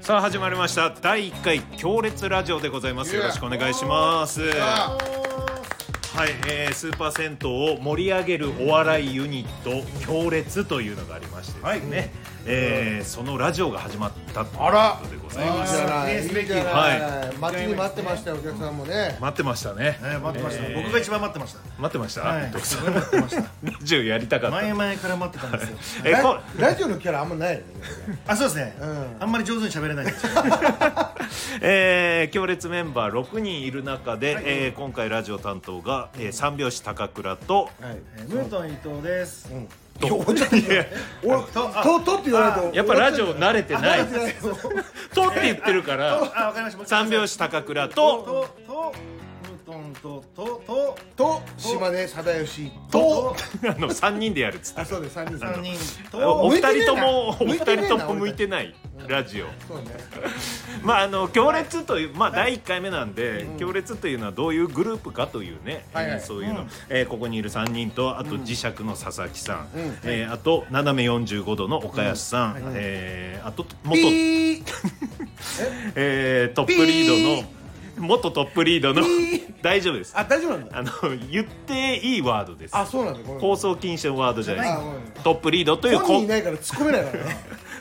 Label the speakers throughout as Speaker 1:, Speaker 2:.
Speaker 1: さあ始まりました第1回強烈ラジオでございますよろしくお願いしますは
Speaker 2: あ
Speaker 1: い、えー、スーパー銭湯を盛り上げるお笑いユニット強烈というのがありましてですね、えーそのラジオが始まったという
Speaker 2: あら
Speaker 1: ことでござい
Speaker 2: あ
Speaker 1: ま
Speaker 2: い
Speaker 1: す
Speaker 2: いじゃない
Speaker 3: 記念すべき
Speaker 2: いいじゃ
Speaker 1: は
Speaker 2: ない待ちに待ってましたよお客さんもね
Speaker 1: 待ってましたね
Speaker 3: ね待ってました、
Speaker 1: えー
Speaker 3: 僕が一番待ってました
Speaker 1: 待ってました、
Speaker 3: はい
Speaker 1: 徳さん
Speaker 3: すごい待ってました
Speaker 1: ラジオやりたかった
Speaker 3: 前々から待ってたんですよ
Speaker 1: え
Speaker 2: ラ
Speaker 1: こ
Speaker 2: ラジオのキャラあんまないよね
Speaker 3: あそうですね、
Speaker 2: ん
Speaker 3: あんまり上手に喋れないんですよ
Speaker 1: えー強烈メンバー6人いる中で、えー今回ラジオ担当が、えー三拍子高倉と
Speaker 2: はい
Speaker 3: えームートン伊藤です、
Speaker 1: いや
Speaker 2: お
Speaker 3: あ
Speaker 2: ととって言われると
Speaker 1: やっぱラジオ慣れて ない
Speaker 2: 終わっちゃうよ
Speaker 1: とって言ってるから
Speaker 3: あわかりまし た
Speaker 1: 三拍子高倉 と
Speaker 3: ととムートンととと
Speaker 2: と島根貞義
Speaker 3: と
Speaker 1: あの3人でやるっつって
Speaker 2: あそうです三人
Speaker 3: 三人
Speaker 1: お
Speaker 3: と
Speaker 1: 二人ともお
Speaker 2: 向
Speaker 1: 二
Speaker 2: いてねえな
Speaker 1: 人とも向いてないラジオ
Speaker 2: そうね
Speaker 1: まああの強烈というまあ第1回目なんで強烈というのはどういうグループかというね
Speaker 2: はいはい
Speaker 1: えーそういうのえーここにいる3人とあと磁石の佐々木さん
Speaker 2: ん
Speaker 1: えーあと斜め45度の岡安さんえーあと元
Speaker 2: ピー
Speaker 1: えートップリードの元トップリードの 大丈夫です
Speaker 2: あ大丈夫なんだ
Speaker 1: あの言っていいワードです
Speaker 2: あそうなんだごめん
Speaker 1: 放送禁止のワードじゃない
Speaker 2: あごめん
Speaker 1: トップリードという
Speaker 2: 本人
Speaker 1: コ
Speaker 2: い
Speaker 1: ン
Speaker 2: ないから突っ込めないからね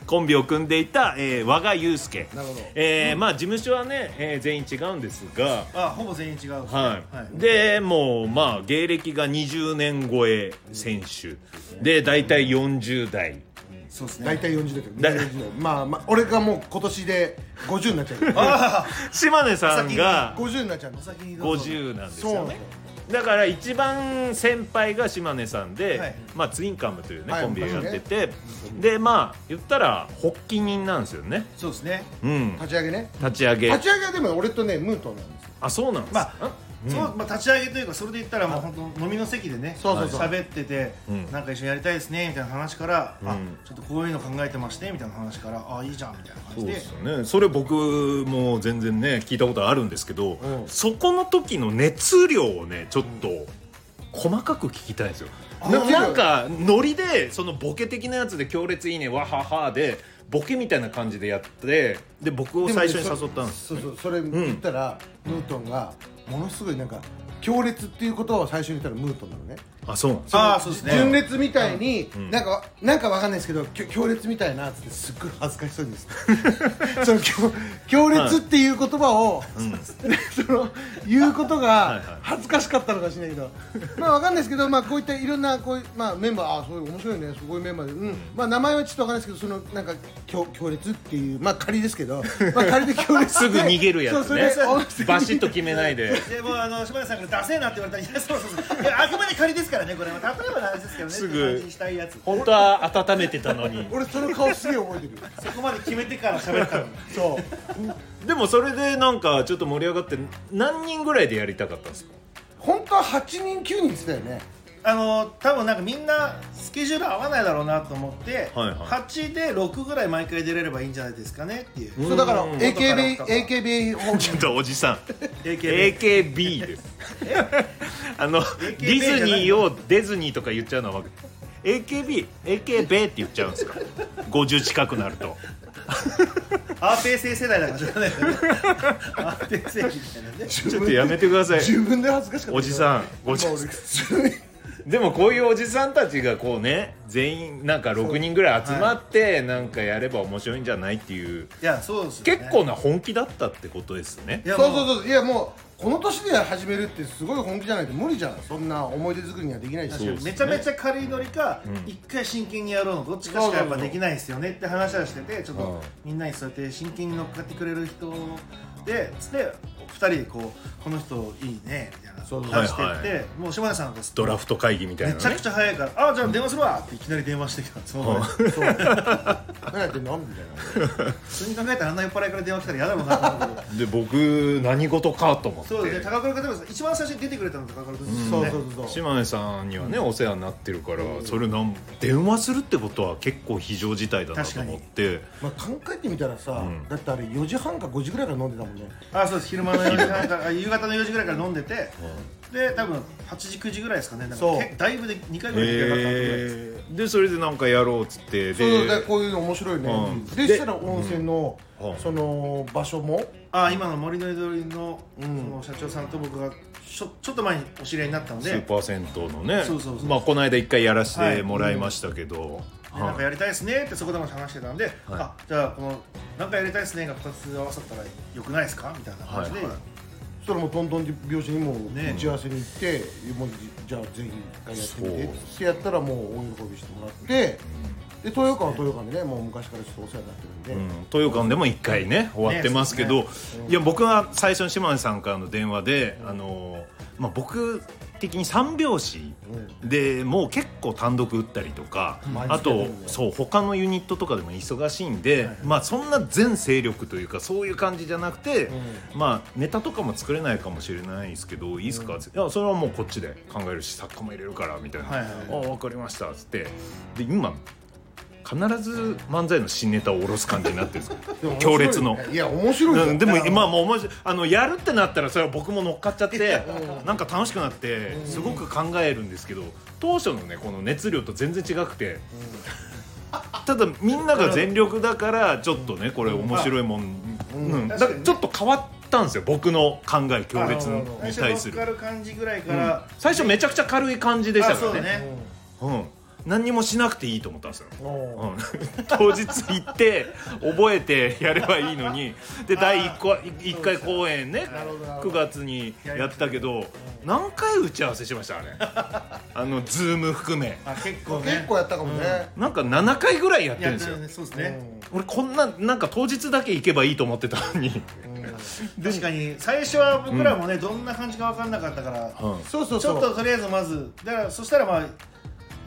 Speaker 1: コンビを組んでいた、えー、我が祐介
Speaker 2: なるほど
Speaker 1: えーまあ事務所はね、えー全員違うんですが
Speaker 3: あほぼ全員違う
Speaker 1: はい、
Speaker 3: はい
Speaker 1: でもうまあ芸歴が20年超え選手で大体40代
Speaker 3: そうですね
Speaker 2: 大体40
Speaker 1: だ
Speaker 2: 代40代まあまあ俺がもう今年で50になっちゃう
Speaker 3: あ
Speaker 1: 島根さんが
Speaker 2: 50になっちゃうん
Speaker 3: お
Speaker 2: です
Speaker 3: 先にどうぞ
Speaker 1: 50なんです
Speaker 2: そうな
Speaker 1: よ
Speaker 2: んだ
Speaker 1: ね
Speaker 2: よ
Speaker 1: だから一番先輩が島根さんで、
Speaker 3: はい
Speaker 1: まあツインカムというね、
Speaker 2: はい
Speaker 1: コンビをやってて、でまあ言ったら発起人なんですよね
Speaker 3: そうですね
Speaker 1: うん
Speaker 2: 立ち上げね
Speaker 1: 立ち上げ
Speaker 2: 立ち上げはでも俺とねムートンなんですよ
Speaker 1: あそうなんです
Speaker 3: ま
Speaker 1: か、
Speaker 3: あそうまあ、立ち上げというかそれで言ったらもう本当飲みの席でね
Speaker 2: そうそうそう
Speaker 3: 喋ってて、
Speaker 1: うん
Speaker 3: なんか一緒にやりたいですねみたいな話から、あ
Speaker 1: うん
Speaker 3: ちょっとこういうの考えてましてみたいな話からあいいじゃんみたいな感
Speaker 1: そう
Speaker 3: じで
Speaker 1: ですよねそれ僕も全然ね聞いたことあるんですけど、
Speaker 2: うん
Speaker 1: そこの時の熱量をねちょっと細かく聞きたいんですよ、
Speaker 2: あ
Speaker 1: な
Speaker 2: 熱量
Speaker 1: なんかノリでそのボケ的なやつで「強烈いいね」「わはは」でボケみたいな感じでやってで僕を最初に誘ったんです
Speaker 2: そうそう それ言ったら、ムートンがものすごいなんか強烈っていうことを最初に言ったらムートンなのね
Speaker 1: あそうなんです
Speaker 3: ああそうですね
Speaker 2: 純烈みたいに、なんかなんかわかんないですけどきょ強烈みたいなっつってすっごい恥ずかしそうにです そのきょ強烈っていう言葉を、 その言うこと
Speaker 1: い
Speaker 2: が
Speaker 1: はい
Speaker 2: 恥ずかしかったのかしないけどまあわかんないですけどまあこういったいろんなこういうまあメンバーああそういう面白いねすごいメンバーで、うんまあ名前はちょっとわかんないですけどそのなんか強強烈っていうまあ仮ですけどまあ仮で強烈
Speaker 1: すぐ逃げるやつね
Speaker 2: そうそ れ
Speaker 1: バシッと決めない で
Speaker 3: でもうあの島根さんから「ダセえな」って言われたら「いやそうそうそういやあくまで仮ですからねこれは例えばの話ですけどね」
Speaker 1: すぐ
Speaker 3: って感じにしたいやつ
Speaker 1: 本当は温めてたのに
Speaker 2: 俺その顔すげえ覚えてるよ
Speaker 3: そこまで決めてから喋ったのに
Speaker 2: そう
Speaker 1: でもそれでなんかちょっと盛り上がって何人ぐらいでやりたかったんですか
Speaker 2: 本当は8人9人って言ってたよね
Speaker 3: あの多分なんかみんなスケジュール合わないだろうなと思って、
Speaker 1: はいはい
Speaker 3: 8で6ぐらい毎回出れればいいんじゃないですかねっていう、
Speaker 2: そうだから
Speaker 1: うん
Speaker 2: AKB AKB 方
Speaker 1: ちょっとおじさん
Speaker 3: AKB
Speaker 1: AKB です あのディズニーをディズニーとか言っちゃうのは AKB AKB って言っちゃうんですか50近くなると
Speaker 3: アーペーセー世代だから知らないよねアーペーセーみたいなね
Speaker 1: ちょっとやめてください
Speaker 2: 自分で恥ずかしかっ た
Speaker 1: おじさんおじ
Speaker 2: まあ俺普通に
Speaker 1: でもこういうおじさんたちがこうね全員なんか6人ぐらい集まってなんかやれば面白いんじゃないっていう
Speaker 3: いやそうですよ、ね、
Speaker 1: 結構な本気だったってことですね
Speaker 3: いや
Speaker 2: そう
Speaker 3: もう
Speaker 2: そうそういやもうこの年で始めるってすごい本気じゃないと無理じゃんそんな思い出作りにはできないし
Speaker 1: そうですね
Speaker 3: めちゃめちゃ軽いノリか一、回真剣にやろうのどっちかしかやっぱできないですよねって話はしててちょっ
Speaker 1: うん
Speaker 3: とみんなにそうやって真剣に乗っかってくれる人でつって2人でこうこの人いいねみたいな
Speaker 2: そうそう
Speaker 3: 話してって、
Speaker 1: はいは
Speaker 3: もう島根さんが
Speaker 1: ドラフト会議みたい
Speaker 3: め
Speaker 1: な
Speaker 3: ちゃ
Speaker 1: ね
Speaker 3: くちゃ早いから「あじゃあ電話するわ」っていきなり電話してきたんですよ
Speaker 2: そう何やってんのみたいな
Speaker 3: 普通に考えたらあんな酔っ払いから電話来たら嫌だろうなと思うけど
Speaker 1: で僕何事かと思って
Speaker 3: そうですね高倉君でも一番最初に出てくれたの高倉君です
Speaker 2: そ
Speaker 3: よ
Speaker 2: う
Speaker 3: ね
Speaker 2: そうそうそう
Speaker 1: 島根さんにはねお世話になってるから、それなん電話するってことは結構非常事態だなと思って
Speaker 2: まあ考えてみたらさ
Speaker 1: ん
Speaker 2: だってあれ4時半か5時ぐらいから飲んでたもんね
Speaker 3: あそうです昼間の4時 半からあ夕方の4時ぐらいから飲んでて、で多分8時9時ぐらいですかねなんか
Speaker 2: そう
Speaker 3: けだいぶで2回ぐらい出かかったんで
Speaker 1: へーでそれでなんかやろうっつって
Speaker 2: そう
Speaker 1: で
Speaker 2: だこういうの面白いね、
Speaker 1: うん
Speaker 2: で
Speaker 1: で
Speaker 2: したら温泉の、
Speaker 1: うん
Speaker 2: その場所も
Speaker 3: あ今の森のりの,、
Speaker 2: うん
Speaker 3: その社長さんと僕がちょちょっと前にお知り合いになったの
Speaker 1: ス
Speaker 3: で
Speaker 1: ーパー銭湯のね
Speaker 3: そうそうそう
Speaker 1: まあこの間一回やらせてもらいましたけど、
Speaker 3: でなんか
Speaker 1: はい
Speaker 3: やりたいですねってそこでも話してたんで、
Speaker 1: はい
Speaker 3: あじゃあこの「なんかやりたいですね」が2つ合わさったらよくないですかみたいな感じで、
Speaker 1: はいはい
Speaker 2: そしたらもうトントン拍子にも
Speaker 3: ね
Speaker 2: 打ち合わせに行って、もうじゃあぜひ一回やってみてっ
Speaker 1: そう
Speaker 2: てやったらもう大喜びしてもらって、で東洋館は東洋館でねもう昔からちょっとお世話になってる
Speaker 1: うんん
Speaker 2: で、
Speaker 1: 東洋館でも1回ね終わってますけど、
Speaker 3: そう
Speaker 1: いや僕は最初に島根さんからの電話で、あのまあ、僕的に三拍子でもう結構単独打ったりとか、
Speaker 2: 毎日
Speaker 1: あ
Speaker 2: や
Speaker 1: と
Speaker 2: ってるね
Speaker 1: そう他のユニットとかでも忙しいんで、まあ、そんな全勢力というかそういう感じじゃなくて、まあ、ネタとかも作れないかもしれないですけどいいですか、っていやそれはもうこっちで考えるし作家も入れるからみたいな「
Speaker 3: はいはい
Speaker 1: あ分かりました」っつってで今必ず漫才の新ネタを下ろす感じになってるんですよ
Speaker 2: でも面白い
Speaker 1: 強烈の。
Speaker 2: いや面白いよ
Speaker 1: うん、でも今もう面白いあのやるってなったらそれは僕も乗っかっちゃってなんか楽しくなってすごく考えるんですけど当初のねこの熱量と全然違くて。ただみんなが全力だからちょっとねこれ面白いもん、うん、だ
Speaker 3: 確
Speaker 1: か
Speaker 3: からに
Speaker 1: ちょっと変わったんですよ僕の考え強烈に
Speaker 3: 最初
Speaker 1: 対する
Speaker 3: 乗っかる感じぐらいから、
Speaker 1: 最初めちゃくちゃ軽い感じでした
Speaker 3: あ
Speaker 1: か
Speaker 3: そう
Speaker 1: らね
Speaker 3: だね
Speaker 1: うん、何にもしなくていいと思ったんですよ
Speaker 2: うん
Speaker 1: うん当日行って覚えてやればいいのにで第 1, 個1回公演ね
Speaker 2: なるほどなるほ
Speaker 1: 9
Speaker 2: ど
Speaker 1: 月にやったけど何回打ち合わせしましたあれあのズーム含め
Speaker 3: あ結構ね
Speaker 2: 結構やったかもね、
Speaker 1: なんか7回ぐらいやって
Speaker 3: や
Speaker 1: るん
Speaker 3: っ
Speaker 1: で
Speaker 3: て
Speaker 1: すよ
Speaker 3: るねそうですね、
Speaker 1: 俺こんななんか当日だけ行けばいいと思ってたのに、
Speaker 3: 確かに最初は僕らもね、どんな感じか分かんなかったから、
Speaker 1: うん
Speaker 2: そうそう
Speaker 3: ち
Speaker 2: そう
Speaker 3: ょっととりあえずまずだからそしたらまあ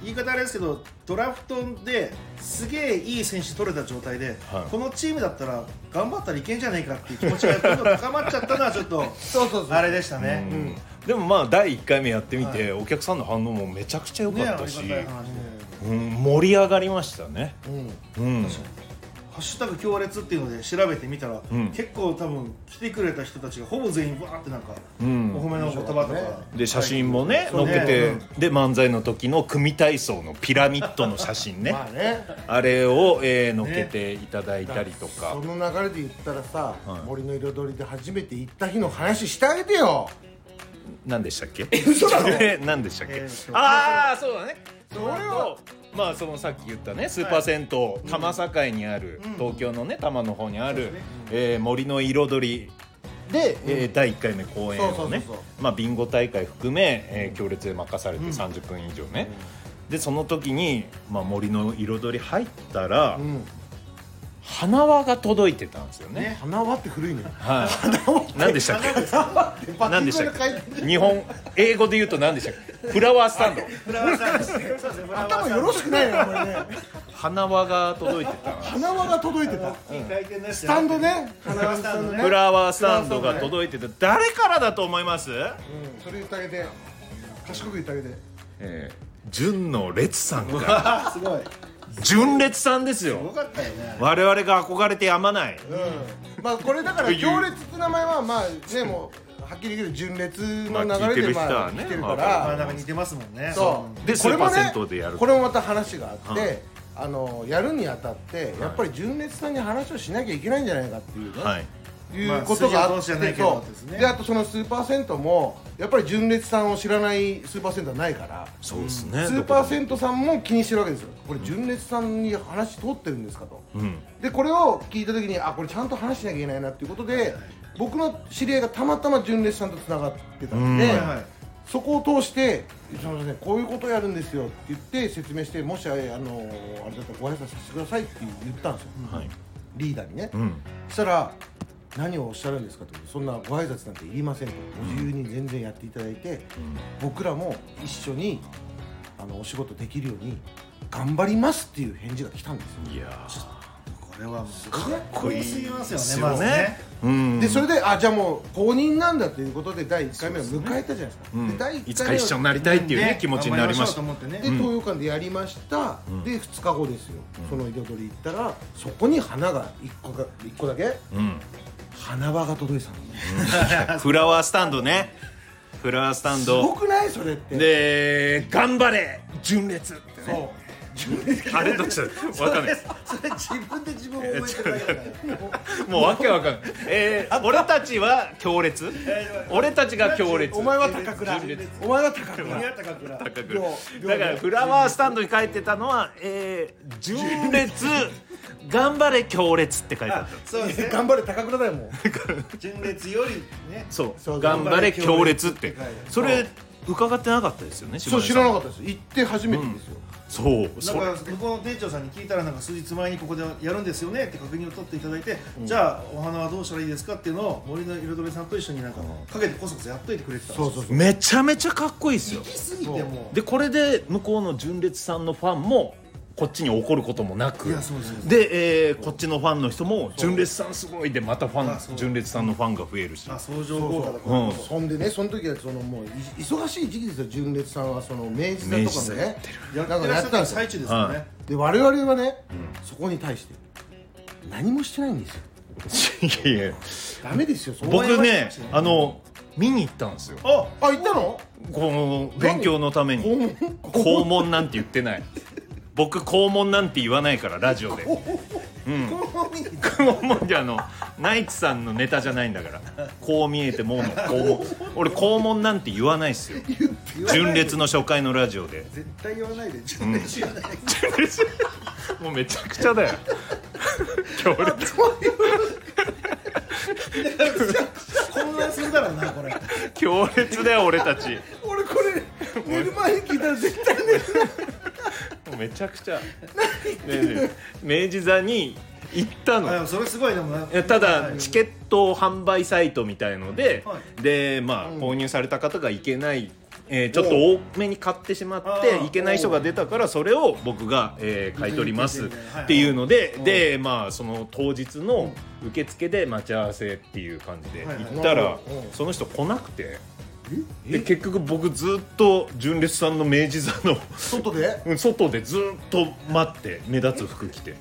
Speaker 3: 言い方あれですけどドラフトですげえいい選手取れた状態で、
Speaker 1: はい
Speaker 3: このチームだったら頑張ったらいけんじゃないかっていう気持ちがどんどん高まっちゃったのはちょっと
Speaker 2: そうそうそう
Speaker 3: あれでしたね、
Speaker 1: うんでもまあ第1回目やってみて、お客さんの反応もめちゃくちゃ良
Speaker 3: ね
Speaker 1: か
Speaker 3: あ
Speaker 1: っ
Speaker 3: り
Speaker 1: た
Speaker 3: が
Speaker 1: し、
Speaker 3: たい話で、
Speaker 1: うん、盛り上がりましたね、
Speaker 2: うん
Speaker 1: うん、
Speaker 3: ハッシュタグ強烈っていうので調べてみたら、
Speaker 1: うん
Speaker 3: 結構多分来てくれた人たちがほぼ全員バーってなんか、
Speaker 1: ん
Speaker 3: お褒めの言葉とか、
Speaker 2: ね
Speaker 1: で写真もね載
Speaker 3: う
Speaker 1: っ
Speaker 3: ね
Speaker 1: けて、で漫才の時の組体操のピラミッドの写真ね
Speaker 2: まあね
Speaker 1: あれを、えー載っけていただいたりとか、
Speaker 2: その流れで言ったらさ、
Speaker 1: はい
Speaker 2: 森の彩りで初めて行った日の話してあげてよ
Speaker 1: 何でしたっけ
Speaker 2: 嘘だろ
Speaker 1: え 何でしたっけ、
Speaker 3: えーと
Speaker 1: ああそうだね
Speaker 2: それは
Speaker 1: まあそのさっき言ったねスーパー銭湯多摩境にある、東京のね多摩の方にある、えー森の彩りで、えー第1回目公演
Speaker 2: そ
Speaker 1: を
Speaker 2: うそうそう
Speaker 1: ね
Speaker 2: そう
Speaker 1: まあビンゴ大会含め、えー強烈で任されて30分以上ね、でその時に、まあ、森の彩り入ったら、
Speaker 2: ん
Speaker 1: 花輪が届いてたんですよね
Speaker 3: ね
Speaker 2: 花輪って古いね
Speaker 1: はい何でしたっけ何でしたっ
Speaker 2: パチンコ屋の回転
Speaker 1: け日本英語で言うと何でしたっけフラワースタンド
Speaker 3: フラワーさんですねそうですねフラワーさん
Speaker 2: 頭よろしくないよこれね
Speaker 1: 花輪が届いてた
Speaker 2: 花輪が届いてた
Speaker 3: いい回転です
Speaker 2: スタンドね花輪
Speaker 3: スタンドね
Speaker 1: フラワースタンドが届いてて誰からだと思います、
Speaker 2: うんそれ言ってあげて賢く言ってあげて
Speaker 1: えー、純の烈さんから
Speaker 3: すごい
Speaker 1: 純烈さんです
Speaker 3: よ
Speaker 1: よ
Speaker 3: かったよね
Speaker 1: 我々が憧れてやまない
Speaker 2: うんまあこれだから行列って名前はまあねもうはっきり言うけど純烈の
Speaker 1: まあ聞いて
Speaker 2: 流れ
Speaker 1: る
Speaker 2: で
Speaker 1: 人
Speaker 2: ま
Speaker 1: は
Speaker 2: あ
Speaker 1: ね
Speaker 2: 来てるか
Speaker 1: まあ
Speaker 3: まあ
Speaker 2: ら
Speaker 3: なんか似てますもんね
Speaker 2: そう
Speaker 1: で
Speaker 2: これもね
Speaker 1: スーパー銭湯でやる
Speaker 2: これもまた話があってあのやるにあたってやっぱり純烈さんに話をしなきゃいけないんじゃないかっていうね
Speaker 1: はい
Speaker 2: いうことが
Speaker 3: ま
Speaker 2: あ
Speaker 3: あ
Speaker 2: って、
Speaker 3: 筋は通してないけどです
Speaker 2: そう
Speaker 3: ね
Speaker 2: であとそのスーパー銭湯もやっぱり純烈さんを知らないスーパー銭湯はないから
Speaker 1: そうですね
Speaker 2: スーパー銭湯さんも気にしてるわけですよこれ純烈さんに話通ってるんですかと、でこれを聞いた時にあこれちゃんと話しなきゃいけないなっていうことで僕の知り合いがたまたま純烈さんとつながってたんで、
Speaker 3: はいはい
Speaker 2: そこを通して「すみませんこういうことやるんですよ」って言って説明してもしあれあのあれだったらご挨拶させてくださいって言ったんですよ、
Speaker 1: はい
Speaker 2: リーダーにね、
Speaker 1: ん
Speaker 2: そしたら「何をおっしゃるんですか?」と「そんなご挨拶なんていりません」と「ご自由に全然やっていただいて、僕らも一緒にあのお仕事できるように頑張ります」っていう返事が来たんですよ、
Speaker 1: いや
Speaker 3: これはもう
Speaker 1: ーかっこいい
Speaker 3: すぎますよ
Speaker 1: で
Speaker 3: ね
Speaker 1: す
Speaker 3: まずね
Speaker 1: うん
Speaker 2: でそれであじゃあもう公認なんだということで第1回目を迎えたじゃないですかで
Speaker 1: うん
Speaker 2: 第
Speaker 1: い
Speaker 2: 一
Speaker 1: つ
Speaker 2: 回
Speaker 1: か
Speaker 2: 目
Speaker 1: 一緒になりたいっていうね
Speaker 3: ね
Speaker 1: 気持ちになりました
Speaker 3: 頑張りましょうと思って
Speaker 2: で
Speaker 3: ね
Speaker 2: 東洋館でやりました、で2日後ですよ、その彩り行ったらそこに花が1個が一個だけ
Speaker 1: うん
Speaker 2: 花輪が届いてたの、
Speaker 1: フラワース タンドねフラワースタン
Speaker 2: すご
Speaker 1: ド
Speaker 2: くないそれって
Speaker 1: で「頑張れ純烈」って
Speaker 2: そう
Speaker 1: ねあれどっちだわ かんないです
Speaker 3: それ自分で自分を覚えてるだけだから
Speaker 1: もうわけわかんないえー、俺たちは強烈俺たちが強烈
Speaker 2: お前は高倉
Speaker 1: 純烈
Speaker 2: お前は高倉
Speaker 3: 宮高倉
Speaker 1: 高倉
Speaker 2: 両両
Speaker 1: だからフラワースタンドに書いてたのは「えー、純烈頑張れ強烈」って書いてあ
Speaker 3: あ
Speaker 1: った
Speaker 3: そうですね
Speaker 2: 頑張れ高倉だよもう
Speaker 3: 純烈よりね
Speaker 1: そう
Speaker 2: そう
Speaker 1: 頑張れ強烈」って
Speaker 3: 頑張れ強烈って
Speaker 1: それ伺ってなかったですよね
Speaker 2: そう知
Speaker 1: 柴
Speaker 2: ら
Speaker 1: 田
Speaker 2: なかったです行って初めてですよ、
Speaker 1: さんそう
Speaker 3: な
Speaker 1: そ
Speaker 3: ん
Speaker 1: れ
Speaker 3: か向こうの店長さんに聞いたらなんか数日前にここでやるんですよねって確認を取っていただいて、じゃあお花はどうしたらいいですかっていうのを森の彩りさんと一緒になんかかけてこそこそやっといてくれてたんで
Speaker 2: そ
Speaker 3: す
Speaker 2: うそうそう
Speaker 1: めちゃめちゃかっこいいですよ
Speaker 3: 行き過ぎても
Speaker 1: でこれで向こうの純烈さんのファンもこっちに怒ることもなく
Speaker 3: いやそうです
Speaker 1: で、えーこっちのファンの人も純烈さんすごいでまたフ
Speaker 3: あ
Speaker 1: ァ
Speaker 3: そ
Speaker 1: ン
Speaker 3: う
Speaker 1: 純烈さんのファンが増えるし
Speaker 3: あ相乗効果だから
Speaker 1: うん
Speaker 2: そんでねその時はそのもうい忙しい時期ですよ純烈さんはその明治座とかもね
Speaker 3: や
Speaker 2: なん
Speaker 3: って
Speaker 2: からや
Speaker 3: っし
Speaker 2: っ
Speaker 3: ゃった
Speaker 2: ん
Speaker 3: た
Speaker 2: ですよ
Speaker 3: 最中ですよね、
Speaker 2: で我々はね、そこに対して何もしてないんですよ
Speaker 1: いやいや
Speaker 2: ダメですよそこは
Speaker 1: 僕ね
Speaker 3: そう
Speaker 1: あの見に行ったんですよ
Speaker 3: あ
Speaker 2: あ行ったの
Speaker 1: この勉強のために肛門なんて言ってない僕肛門なんて言わないからラジオで肛門じゃあのナイツさんのネタじゃないんだからこう見えてもうの肛門俺肛門なんて言わないっすよ純烈の初回のラジオで
Speaker 3: 絶対言わないで純烈言わないで、
Speaker 1: もうめちゃくちゃだよ強烈
Speaker 3: 混乱するだろうなこれ
Speaker 1: 強烈だよ俺たち
Speaker 2: 俺これ寝る前に聞いたら絶対ね
Speaker 1: もうめちゃくちゃねえねえ明治座に行ったの
Speaker 3: あでもそれすごいでもない
Speaker 1: やただチケット販売サイトみたいので、
Speaker 3: は
Speaker 1: でまあ購入された方が行けない、えーちょっと多めに買ってしまって
Speaker 3: あー
Speaker 1: 行けない人が出たからそれを僕が、えー買い取りますっていうので、でまあその当日の受付で待ち合わせっていう感じで
Speaker 3: はいはい
Speaker 1: 行ったら、
Speaker 2: うん
Speaker 1: その人来なくて。で結局僕ずっと純烈さんの明治座の
Speaker 2: 外で
Speaker 1: うん外でずっと待って目立つ服着て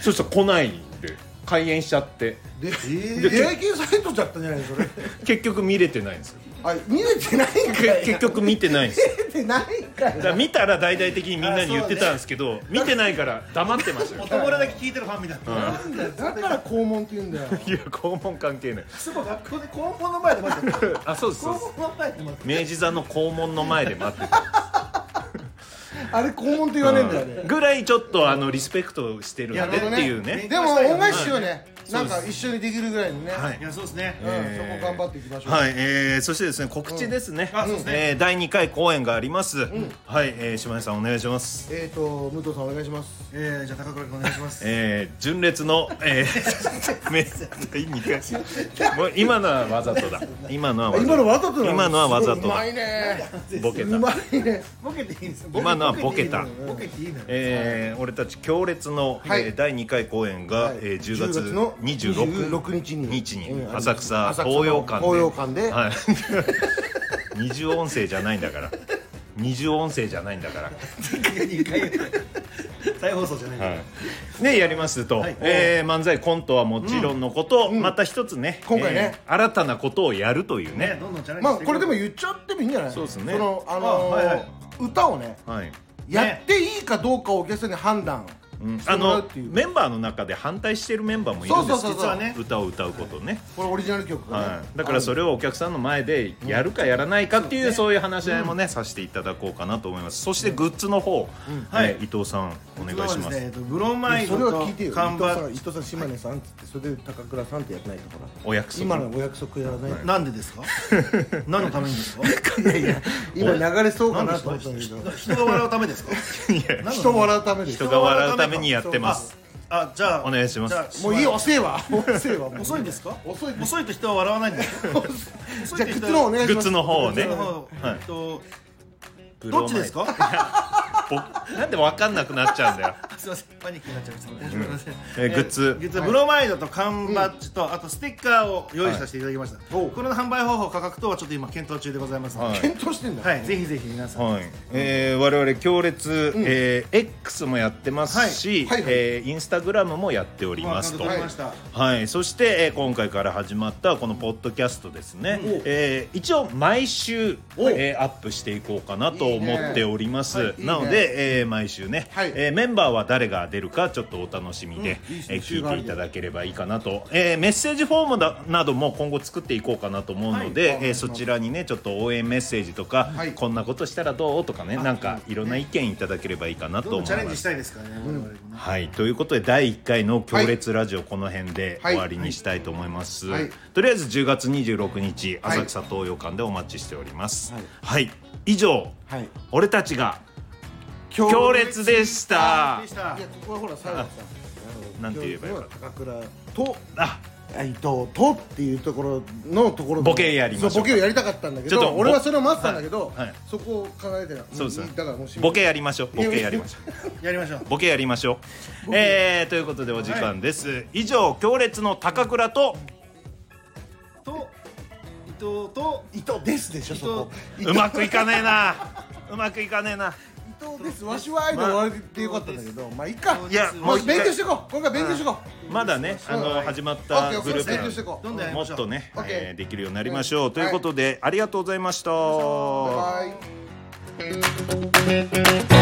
Speaker 1: そしたら来ないんで開演しちゃって
Speaker 2: で、
Speaker 1: で
Speaker 2: 出会い系サイトだったんじゃない のそれ
Speaker 1: 結局見れてないんですよ
Speaker 2: あ見れてないんか
Speaker 1: け
Speaker 2: い
Speaker 1: 結局見てないんですよ
Speaker 2: 見れてないんかい
Speaker 1: だから見たら大々的にみんなに言ってたんですけど、見てないから黙ってました
Speaker 3: お
Speaker 1: よ
Speaker 3: 友達だけ聞いてるファンみたいな、
Speaker 2: なんだよだから肛門って言うんだよ
Speaker 1: いや肛門関係ない
Speaker 3: すごい学校で高校の前で待ってる
Speaker 1: あそうですそうで
Speaker 3: 高
Speaker 1: す
Speaker 3: 校の前で待ってる
Speaker 1: 明治座の肛門の前で待って た
Speaker 2: あれ肛門って言わねえんだよね
Speaker 1: ぐらいちょっとあのリスペクトしてるん
Speaker 3: いや
Speaker 1: でっていう
Speaker 3: なるほど
Speaker 1: ね
Speaker 3: ね
Speaker 2: でも恩返しをね、なんか一緒にできるぐらいのね、
Speaker 1: はい
Speaker 3: いやそうですね、
Speaker 2: うんそこ頑張っていきましょう、
Speaker 1: はい、えー、そしてですね告知ですね,、
Speaker 3: あそうですね
Speaker 1: えー第2回公演があります、はい、えー、島根さんお願いします
Speaker 2: えっ、ー、と武藤さんお願いします
Speaker 3: えー、じゃあ高倉君お願いします
Speaker 1: えー、純烈の、えー、 め第2回もう今のはわざとだ今のはわざと
Speaker 2: 今のわざとなの
Speaker 1: 今のはわざと
Speaker 2: うま
Speaker 1: だ
Speaker 2: いね
Speaker 1: ボケ
Speaker 2: う
Speaker 1: た
Speaker 2: まいね
Speaker 3: ボケていいんですよ
Speaker 1: 今のはボケた
Speaker 3: ボケていいのよ
Speaker 1: えー、俺たち強烈の、
Speaker 2: はい
Speaker 1: えー第2回公演が、
Speaker 2: はい
Speaker 1: えー10月
Speaker 2: の
Speaker 1: 26
Speaker 2: 26日に
Speaker 1: 日に
Speaker 2: うん
Speaker 1: 浅草
Speaker 2: 浅草
Speaker 1: 東洋館で
Speaker 2: 東洋館で
Speaker 1: はい、 二重音声じゃないんだから二重音声じゃないんだから
Speaker 3: 2回言った 再放送じゃない、
Speaker 1: はい、ねやりますと、
Speaker 3: はい
Speaker 1: えー漫才コントはもちろんのこと、また一つね
Speaker 2: 今回ね
Speaker 1: えー新たなことをやるという
Speaker 3: ね
Speaker 1: ね
Speaker 3: どんどんチャレンジ
Speaker 2: まあ
Speaker 3: してい
Speaker 2: これでも
Speaker 3: う
Speaker 2: 言っちゃってもいいんじゃない
Speaker 1: そうですね
Speaker 2: のあのー
Speaker 3: あはいはい
Speaker 2: 歌をね
Speaker 1: はい、
Speaker 2: やっていいかどうかをお客さんに判断
Speaker 1: うん
Speaker 2: して
Speaker 1: あ
Speaker 2: もら
Speaker 1: の
Speaker 2: うっていう、
Speaker 1: メンバーの中で反対してるメンバーもいるんです
Speaker 2: そうそう
Speaker 1: 実
Speaker 2: そうそう
Speaker 1: はね歌を歌うことね、
Speaker 2: これオリジナル曲がね、
Speaker 1: はい、だからそれをお客さんの前でやるかやらないかっていう、そういう話し合いもね、させていただこうかなと思いますそしてグッズの方、はい、伊藤さんお願いします
Speaker 3: そうですねえっとブロマイド
Speaker 2: それは
Speaker 3: と
Speaker 2: 聞いてよ伊
Speaker 3: 看
Speaker 2: 藤さん
Speaker 3: 板
Speaker 2: 伊藤さん島根さんっつってそれで高倉さんってやってないとほら
Speaker 1: お約束
Speaker 2: 今のお約束やらない、
Speaker 3: なんで ですか何のためにですか
Speaker 2: 今流れそうかなと思ったんだけど
Speaker 3: 人が笑うためですか
Speaker 2: 人笑うため で
Speaker 1: 人が笑うためにやってます
Speaker 3: あじゃあ
Speaker 1: お願いします
Speaker 3: じゃあ
Speaker 2: もういいよ遅えわ遅えわもう
Speaker 3: 遅いんですか
Speaker 2: 遅いです
Speaker 3: 遅いと人は笑わないんですよ遅
Speaker 2: じゃあ靴のお願いし
Speaker 1: グ
Speaker 2: ます
Speaker 1: ッズの方を
Speaker 3: ね
Speaker 1: ねはい
Speaker 3: えっと
Speaker 1: ブロマ
Speaker 3: どっ
Speaker 1: イ
Speaker 3: ちですか
Speaker 1: 僕なんで分かんなくなっちゃうんだよ
Speaker 3: すいませんパニックになっちゃいましたすいません
Speaker 1: えーグッズ
Speaker 3: グッズはブロマイドと缶バッジと、あとステッカーを用意させていただきました、これの販売方法価格等はちょっと今検討中でございますので、
Speaker 1: はい
Speaker 2: 検討してんだ、
Speaker 3: はい、ぜひぜひ皆さん、
Speaker 1: はい、えー、我々強烈、えー X もやってますし、
Speaker 2: はいはいはい
Speaker 1: えーインスタグラムもやっておりますと
Speaker 3: アカウント。取りました。
Speaker 1: はい、そして、えー今回から始まったこのポッドキャストですね、
Speaker 2: うん
Speaker 1: えー一応毎週、
Speaker 2: お
Speaker 1: えーアップしていこうかなと
Speaker 2: いいね
Speaker 1: 思っております
Speaker 2: はいいいね
Speaker 1: なので、えー毎週ね、
Speaker 2: はい
Speaker 1: えーメンバーは誰が出るかちょっとお楽しみで、
Speaker 2: うんいいです
Speaker 1: え
Speaker 2: ね
Speaker 1: ー
Speaker 2: 週替
Speaker 1: 聞
Speaker 2: わ
Speaker 1: い
Speaker 2: り
Speaker 1: てい
Speaker 2: で
Speaker 1: ただければいいかなと、えーメッセージフォームだなども今後作っていこうかなと思うので、
Speaker 3: はい
Speaker 1: えーそちらにねちょっと応援メッセージとか、
Speaker 2: はい
Speaker 1: こんなことしたらどうとかねなんかいろんな意見いただければいいかなと
Speaker 3: どん
Speaker 1: 思
Speaker 3: ど
Speaker 1: い
Speaker 3: ん
Speaker 1: ま
Speaker 3: チャレンジ
Speaker 1: す
Speaker 3: し。たいですからね、我々もね。
Speaker 1: はい、ということで第1回の「強烈ラジオ」この辺で
Speaker 2: はい
Speaker 1: 終わりにしたいと思います、
Speaker 2: はい
Speaker 1: とりあえず10月26日
Speaker 2: はい
Speaker 1: 浅草東洋館でお待ちしておりますは
Speaker 3: はいい、
Speaker 1: 以上
Speaker 2: はい、
Speaker 1: 俺たちが強
Speaker 2: 強
Speaker 1: 烈でした
Speaker 3: でした
Speaker 2: いやここはほら最後さ
Speaker 1: なんて言えばよかった
Speaker 2: 高倉と
Speaker 1: あ
Speaker 2: あ伊藤とっていうところのところ
Speaker 1: ボケやりましょうか
Speaker 2: そうボケをやりたかったんだけ
Speaker 1: ちょっ
Speaker 2: ど
Speaker 1: と
Speaker 2: 俺はそれを待ってたんだけど、
Speaker 1: はいはい
Speaker 2: そこを考えてな
Speaker 1: そうですね
Speaker 2: だからもう締め
Speaker 1: ボケやりましょうボケやりましょう
Speaker 3: やりましょう。
Speaker 1: ボケやりましょうえー、ということでお時間です、以上強烈の高倉と
Speaker 3: と、伊藤と、
Speaker 2: 伊藤ですでしょそこ伊
Speaker 1: うまくいかねえなうまくいかねえな
Speaker 2: 藤ですわしは愛で終われてよかったんだけどまあいいか
Speaker 1: いや
Speaker 2: も
Speaker 1: もう
Speaker 2: う
Speaker 1: 一回
Speaker 2: 勉強していこう今回勉強していこ
Speaker 1: まだね、あの、始まっ
Speaker 2: うオッ
Speaker 1: た
Speaker 2: ケーオッ
Speaker 1: グ
Speaker 2: ケー
Speaker 1: ループ
Speaker 2: 勉
Speaker 1: な
Speaker 2: 強
Speaker 1: ん
Speaker 2: してい
Speaker 1: で
Speaker 2: こう
Speaker 3: どんどんやり
Speaker 1: も
Speaker 3: ま
Speaker 1: っ
Speaker 3: しょう。
Speaker 1: とね、
Speaker 2: OK
Speaker 1: えーできるようになりましょう、
Speaker 2: はい
Speaker 1: ということで、ありがとうございました。
Speaker 2: バイバイ